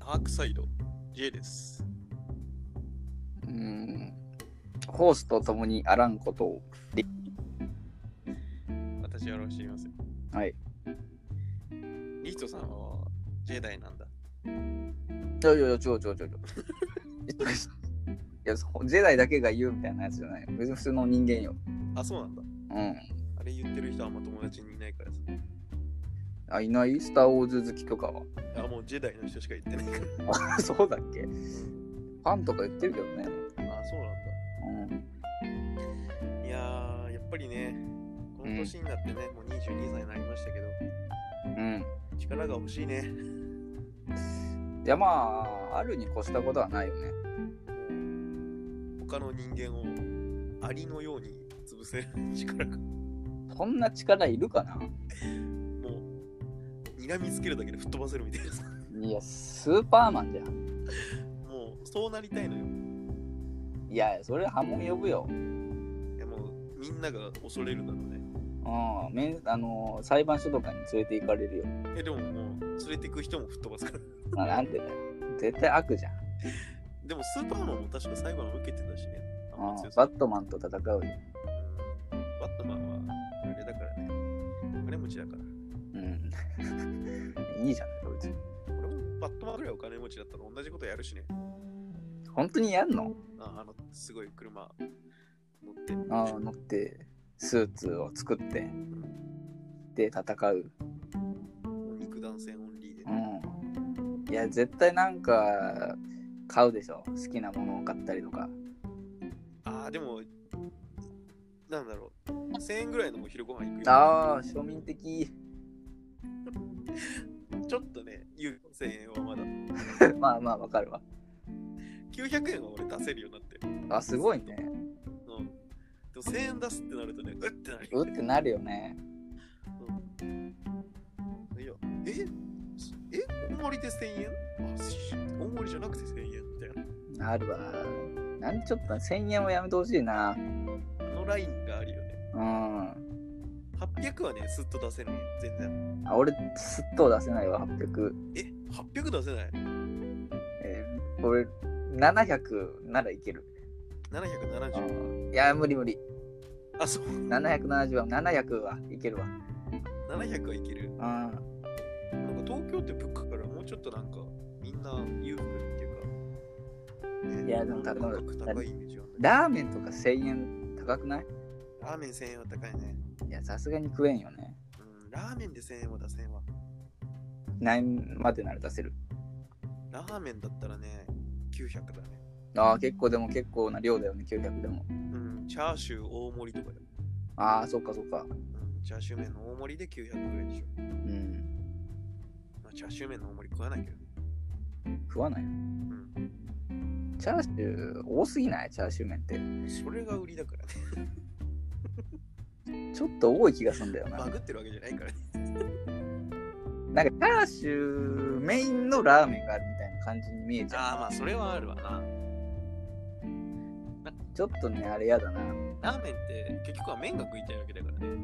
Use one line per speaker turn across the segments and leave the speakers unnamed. アークサイド J です。
うーんホースと共にあらんことを。
私はよろしいません。
はい。
ニートさんは J 代なんだ。
ちょちょち ょちょちょちょ。いや、そジェダイだけが言うみたいなやつじゃないよ。別に普通の人間よ。
あ、そうなんだ。
うん。
あれ言ってる人はあんま友達にいないからさ。
あ、いないスター・ウォーズ好きとかは。
あ、もう J 代の人しか言ってないから。
あそうだっけファンとか言ってるけどね。
あ、そうなん
うん。
だ。いやー、やっぱりね、この年になってね、もう22歳になりましたけど、
うん。
力が欲しいね。
いや、まあ、あるに越したことはないよね。
他の人間をアリのように潰せる力が。
そんな力いるかな
もう、睨みつけるだけで吹っ飛ばせるみたいなさ。
いや、スーパーマンじゃん。
もう、そうなりたいのよ。
いや、それ波紋呼ぶよ。
でも、みんなが恐れるだろうね。
うん。めんあの裁判所とかに連れて行かれるよ。
え、でももう、連れてく人も吹っ飛ばすから。
まあ、なんてだよ。絶対悪じゃん。
でも、スーパーマンも確か裁判受けてたしね。あんま
うん
強さ
バットマンと戦うよ。
うんバットマンは、あれだからね。金持ちだから。
うん。いい じゃない、別に。
俺もバットマンぐらいお金持ちだったら同じことやるしね。
本当にやんの
ああの、すごい車乗って。
ああ、乗って、スーツを作って、で、戦う。
肉弾戦オンリーで。
うん。いや、絶対なんか、買うでしょ。好きなものを買ったりとか。
ああ、でも、なんだろう。1000円ぐらいのお昼ご飯行くよ。
ああ、庶民的。
ちょっとね、言う1000円はまだ。
まあまあ、わかるわ。
900円は俺出せるようになってる。
あ、すごいね。
うん。でも1000円出すってなるとね、うってなるよ
うってなるよね。
いや、えすえ大盛りで1000円あ、し大盛りじゃなくて1000円みたいな。
なるわ。なんでちょっと1000円はやめてほしいな。
あのラインがあるよね。
うん。
800はね、すっと出せないよ。全然。
あ俺、すっと出せないわ、800。
え ?800 出せない
えー、俺、700ならいける。
?770。
いや、無理無理。
あ、そう。
770は700はいけるわ。
700はいける。
うん。
なんか東京って物価からもうちょっとなんか、みんな裕福っていうか。ね
いやでも
物価
高い
高いイメージはある
ラーメンとか1000円高くない
ラーメン1000円は高いね。
いや、さすがに食えんよね。
うん、ラーメンで1000円は出せんわ。
何までなら出せる
ラーメンだったらね、900だね。
ああ、結構でも結構な量だよね、900でも。
うん、チャーシュー大盛りとかで、
ああ、そっかそっか。
うん、チャーシュー麺の大盛りで900ぐらいでしょ。
うん。
まあ、チャーシュー麺の大盛り食わないけどね。
食わないよ。
うん。
チャーシュー多すぎないチャーシュー麺って。
それが売りだからね。
ちょっと多い気がするんだよな。
バグってるわけじゃないからね。
なんかチャーシューメインのラーメンがあるみたいな感じに見えちゃ
ああ、まあ、それはあるわな。
う。ちょっとね、あれやだな。
ラーメンって結局は麺が食いたいわけだからね。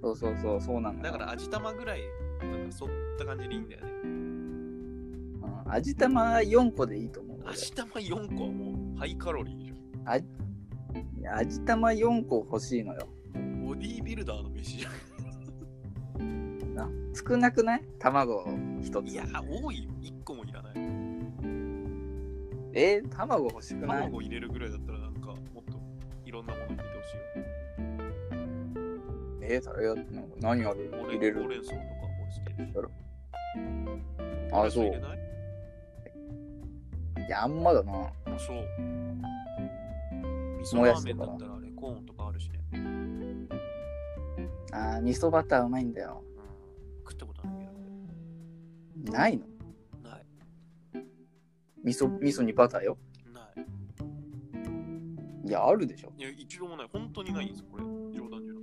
そうそうそう、そうなんだ
だから味玉ぐらい、なんかそった感じでいいんだよね。
うん味玉4個でいいと思う。俺
味玉4個はもうハイカロリーでしょ。
いや味玉4個欲しいのよ。
ボディービルダーの飯じゃん。
な少なくない卵1
い
つ
や。ー、多いよ。1個もいらない。
えー、卵欲しくない
卵入れるぐらいだったらなんか、もっといろんなもの入れてほしいよ。
えー、それや何ある
ほうれ
入
ん
れ
ほう
る
れん草とか俺好きだし。
あ、そう。
入
い
れない
や、あんまだな。
あそう。味
も
噌
や
ラー
し
メ
と
ン
か
だ
な
ったらあれコーンとかあるしね。
あー味噌バターうまいんだよ。
うん、食ったことないけ
ないの
ど。ない。
味噌、味噌にバターよ。
ない。
いや、あるでしょ。
いや、一度もない。本当にないんですよ、これ。冗談じゃな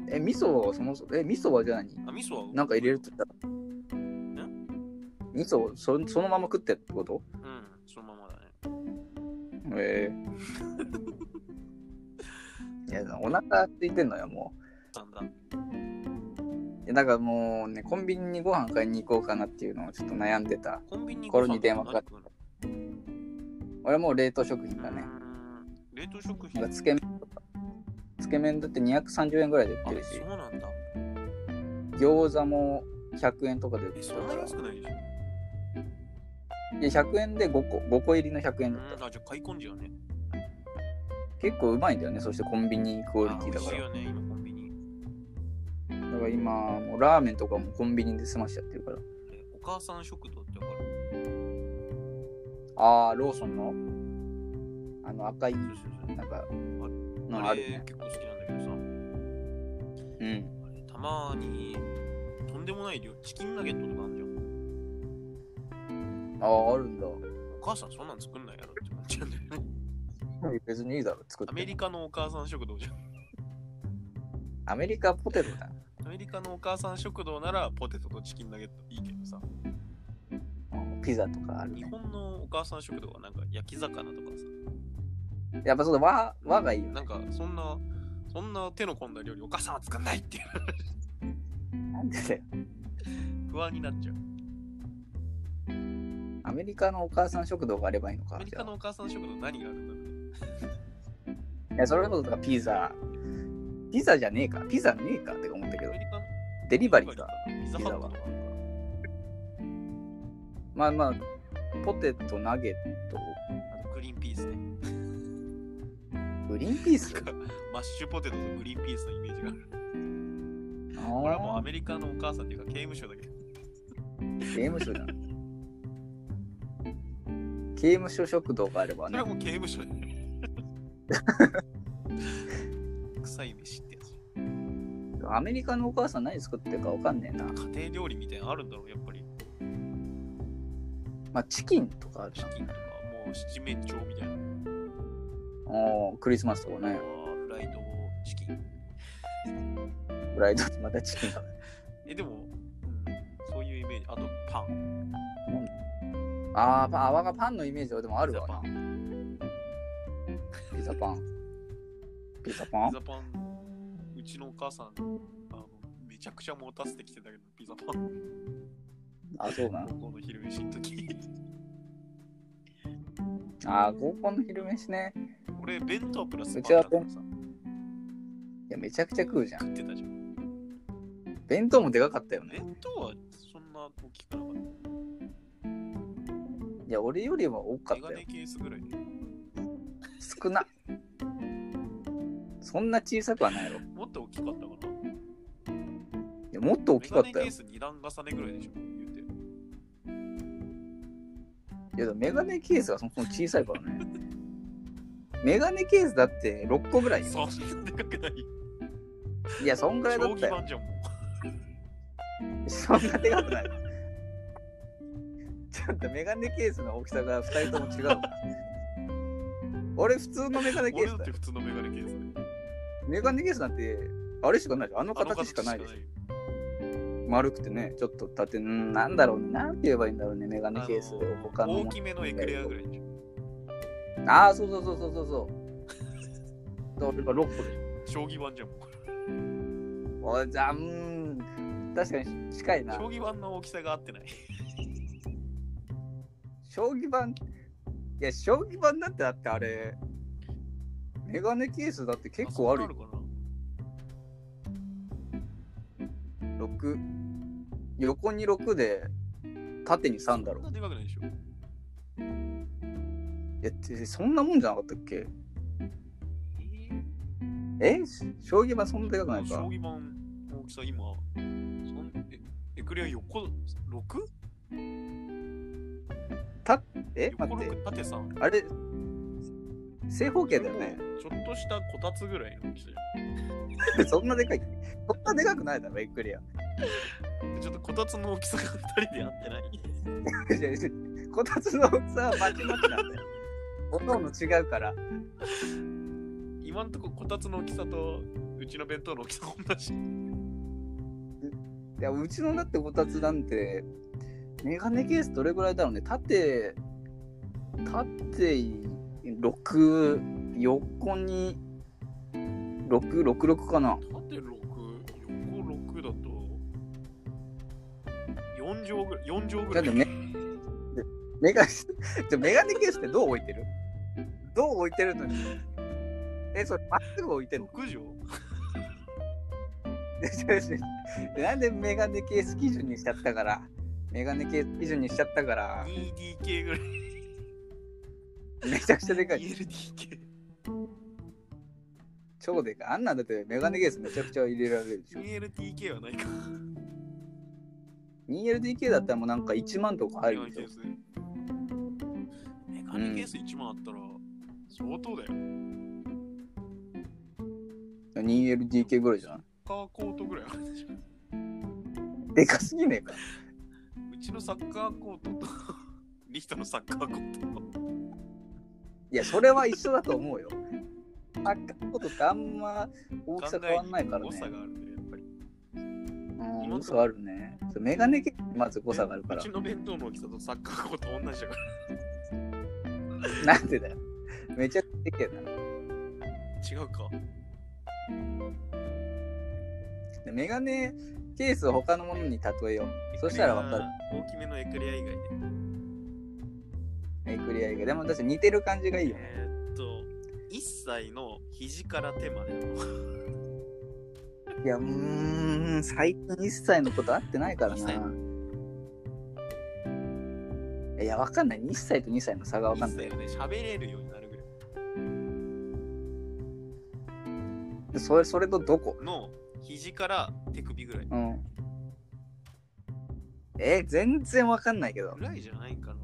くて。
え、味噌はそもそも、え、味噌はじゃあ何
あ、味噌は
なんか入れるって言ったら。味噌をそそのまま食ってってこと
うん、そのままだね。
ええいや、お腹空いてんのよ、もう。
だんだん。
いやだからもうねコンビニにご飯買いに行こうかなっていうのをちょっと悩んでた
コンビニ
これに電話かかっ
ご飯と
俺はもう冷凍食品
か
だ
何
ね
食うのうーん冷凍食
な
品
んかつけ麺とかつけ麺だって230円ぐらいで売っ
あ
てるし
そうなんだ
餃子も100円とかで売って
え
た
そん
か
な
ら
安くないでしょ
いや100円で5個5個入りの100円
うーんあじゃあ買い込んじゃうね
結構うまいんだよねそしてコンビニクオリテ
あ美
ィだ
味
か
しい
ら
よね今コンビニ
だから今もうラーメンとかもコンビニで済ましちゃってるから
えお母さん食堂ってわかる
ああローソンのあの赤い
そうそうそう
なんかの
あ
あ
れ
るね
結構好きなんだけどさ
うん
あれたまにとんでもない量チキンナゲットとかあるじゃん
あああるんだ
お母さんそんなん作んないやろってなっちゃうんだよ ね
別にいいだろ作って
ア
も
メリカのお母さん食堂じゃん
アメリカポテトだ
アメリカのお母さん食堂ならポテトとチキンナゲットいいけどさ
ピザとかある
日
ね
本のお母さん食堂はなんか焼き魚とかさ
やっぱそうだ和和がいいよね
なんかそんなそんな手の込んだ料理お母さんは作んないっていう
なんでだよ
不安になっちゃう
アメリカのお母さん食堂があればいいの
ア
か
メリカのお母さん食堂何があるんだろうね
じゃあいやそれこそだからピザピザじゃねえかピザねえかって思ったけ
ア
ど
メリカの
デリバリーか
ピザハットとかあるから
まあまあポテトナゲット
あとグリーンピースね
グリーンピース
なんかマッシュポテトとグリーンピースのイメージがある
あ
これはもうア
ー
メリカのお母さんっていうか刑務所だけど
刑務所じゃん刑務所食堂があれば
それ
ね
はもう刑務所だよね臭い飯ってやつ
アメリカのお母さん何作ってるかわかんねえな
家庭料理みたいなのあるんだろうやっぱり
まあチキンとかある
チキンとかもう七面鳥みたいな
なおークリスマスとかね
フライドチキン
フライドまたチキンだ
えでも、うん、そういうイメージあとパン
あーパン泡がパンのイメージはでもある
ピザ
わ
パ
な
ン
ピザパンピザパン
ピザパンうちのお母さんあのめちゃくちゃ持たせてきてたけどピザパン
あそうなの
高校の昼飯の時
あー合コンの昼飯ね
俺弁当プラスパ
う
ン
ちは
だからさ
いやめちゃくちゃ食うじゃん
食ってたじゃん
弁当もでかかったよね
弁当はそんな大きくなかっ
いや俺よりも多
た
かっ
メガ
たよ
ネケースぐらいで
少なそんな小さくはないやろい
もっと大きかったかな
やもっと大きかっ
メ
た
ガネ
よ
ケース2段重ねぐらいでしょ言うて
いやでもメガネケースがそもそも小さいからね メガネケースだって6個ぐらいよ
そんなでかくない
いやそんぐらいだ
将
った
棋
よ
盤じゃんも
そんなでかくないちょっとメガネケースの大きさが2人とも違うわ俺普通のメガ
う
ネケ
俺
ー
だっ
スだ
て
よ
普通のメガネケースで
メガネケースなんてあれしかないじゃんあの
あの
形しかないでしょ
形
丸くてね、ちょっと縦、うんなんだろうね、なんて言えばいいんだろうね、メガネケースで、他
あの
の
大。きめのエクレアぐらいでしょ
ああ、そうそうそうそうそうそう。そう、6個でし
将棋盤じゃんもう
ょ。おじゃあ、うーん、確かに近いな
将。棋盤の大きさが合ってない
将棋盤、いや、将棋盤なんてだってあれ、メガネケースだって結構ある
そんな
よ。
あるかな
6、横に6で、縦に3だろ
そんなでかくないでしょ
いや、てそんなもんじゃなかったっけえし将棋盤そんなでかくない
将
か。
棋盤の大きさ今そんえエクレア横 6?
え、待
横
って、
6縦3
あれ、正方形だよ ね。
ちょっとしたこたつぐらいの大きさじ
そんなでかい。そんなでかくないだろ、エクレア。
ゃんちょっとこたつの大きさが2人で合ってない
いやいやこたつの大きさはバチバチなんだよ。音も違うから。
今んとここたつの大きさとうちの弁当の大きさ同じ
いや、うちのだってこたつなんて、メガネケースどれぐらいだろうね。縦、縦6、横に6、6、6かな。
縦6横6だと4畳ぐらい、4畳ぐ
だ
ら
っ
い。
てメメガネ、じゃあメガネケースってどう置いてるどう置いてるのに。え、それまっすぐ置いてんの
6畳
なん でメガネケース基準にしちゃったから、メガネケース基準にしちゃったから、
?2DK ぐらい。
めちゃくちゃでかい。
2LDK。
超でかい。あんなんだってメガネケースめちゃくちゃ入れられるでしょ。
2LDK はないか。
2LDK だったらもうなんか1万とか入
メガ
る
ネ
でし
ケ
ょ
ー。ス。メガネケース1万あったら、相当だよ。
2LDK ぐらいじゃない
サッカーコートぐらいあるでしょ。
でかすぎねえか。
うちのサッカーコートと、リヒトのサッカーコート。
いや、それは一緒だと思うよ。サッカーコートってあんま大きさ変わんないから
誤
ね。
差があるね、やっぱり。
うん、
今の
誤差あるね。そうメガネケースまず誤差があるか
う
ら
ち。の弁当の大きさとサッカーコート同じだから。
なんでだよ。めちゃくちゃでけえな
違うか。
でメガネケースを他のものに例えよう。そしたらわかる。
る。大きめのエクレア以外で。
めくり合いが。でも私似てる感じがいいよね。
えーっと、1歳の肘から手までの。
いや、うーん、最近一切のこと合ってないから
一
な。いや、わかんない。1歳と2歳の差がわか
1
んない
歳。がね、喋れるようになるぐらい
でそれ、それとどこ
の肘から手首ぐらい。
うん。えー全然わかんないけど
ぐ。らいじゃないかな。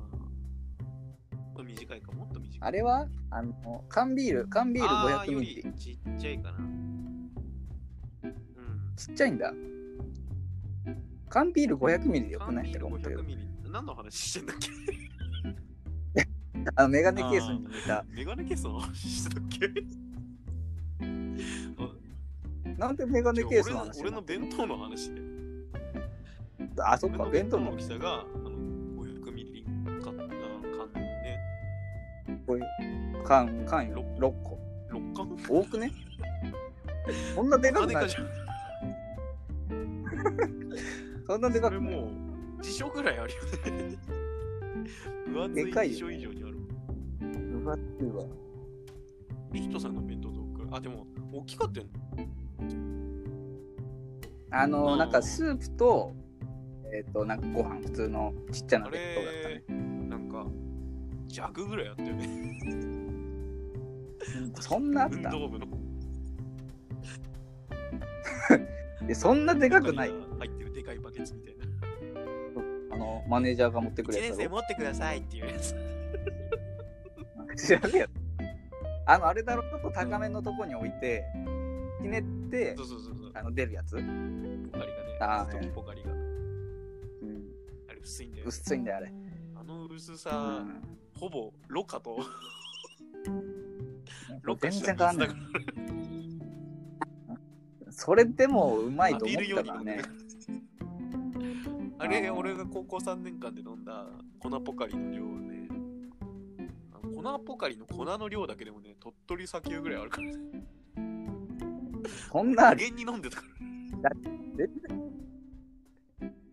もっと短いか、もっと短い。
あれはあの、缶ビール、缶ビール
あー
500
よ
ミリ
り。ちっちゃいかな。うん。
ちっちゃいんだ。缶ビール500ミリでよく
缶
な
ビ
い
ー
と
ル
か思ったけど
500。ミリ。何の話してんだっけ
あのメガネケースに似た。
メガネケースの話してたっけ
なんでメガネケースの話
俺の俺の弁当の話で。
あ、そっ
俺
か、
の
弁
弁
当
当の大
も
きさがあの500ミリ買った缶ね。
こういう缶、缶よ
六
6個。
6缶
多くねそんなで
あ
かく
で
な
か
い
じゃん。
そんなでか
これ
くない
もう、辞書ぐらいあるよね。分厚
でかい
い
よ
辞書以上にある。
うわっていうわ
リヒトさんの弁当どうか。あ、でも、大きかったよね。
あの
うん
なんかスープとえっ、となんかご飯普通のちっちゃな
あ
弁当だったね
れ、なんか、ジャグぐらいあったよね。
そんなあっ
運
た
動部の。
でそんなでかくない
中に入ってるでかいバケツみたいな。
あのマネージャーが持ってく
1
れ
年
た
生持ってくださいっていうやつ。
知らねえよあのあれだろちょっと高めのとこに置いてひねって
そうそうそうそう。
あの出るやつ、
ポカリがね。
あー
ずっとポカリが。
うん、
あれ薄いんだよね。
薄いんだよあれ、
あの薄
う
さ、
ん
ほぼろ過とろ過
全
し
然
た
変わんない それでもうまいと思ったからね。
あれ、
あー
俺が高校3年間で飲んだ粉ポカリの量はね、あの粉ポカリの粉の量だけでもね、鳥取砂丘ぐらいあるから、
そんなあ
無
れ
限に飲んでたか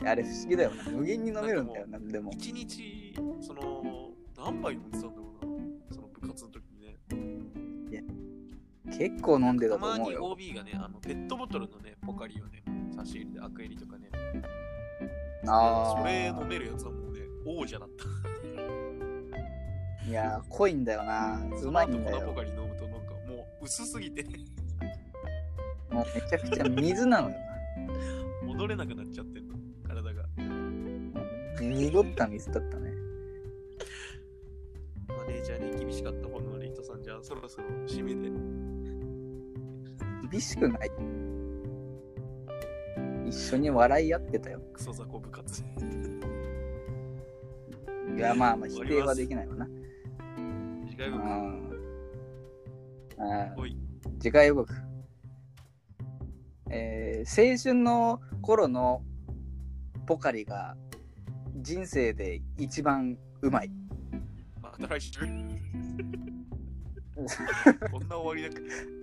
あれ不思議だよな無限に飲めるんだよなでも
ら、1日、その、何杯飲んでたんだろうな、その部活の時にね。
結構飲んで
た
たと
ま
思う
に
よ
OB がね、あのペットボトルのね、ポカリをね、差し入れでアクエリとかね、
ああ
それ飲めるやつはもうね、王者だった。
いやー濃いんだよなうまいんだ
その後粉ポ
よ
カリ飲むと、なんかもう薄すぎて、
もうめちゃくちゃ水なのよ
戻れなくなっちゃってんの、体が。
濁った水だったね
マネージャーに厳しかった方のリートさんじゃあそろそろ締めで。
厳しくない一緒に笑い合ってたよ
クソ雑魚部活。
いやまあまあ否定はできないわな
次回
う
も
んあー
おい
次回予告えー青春の頃のポカリが人生で一番うまい
また来週。こんな終わりだっけ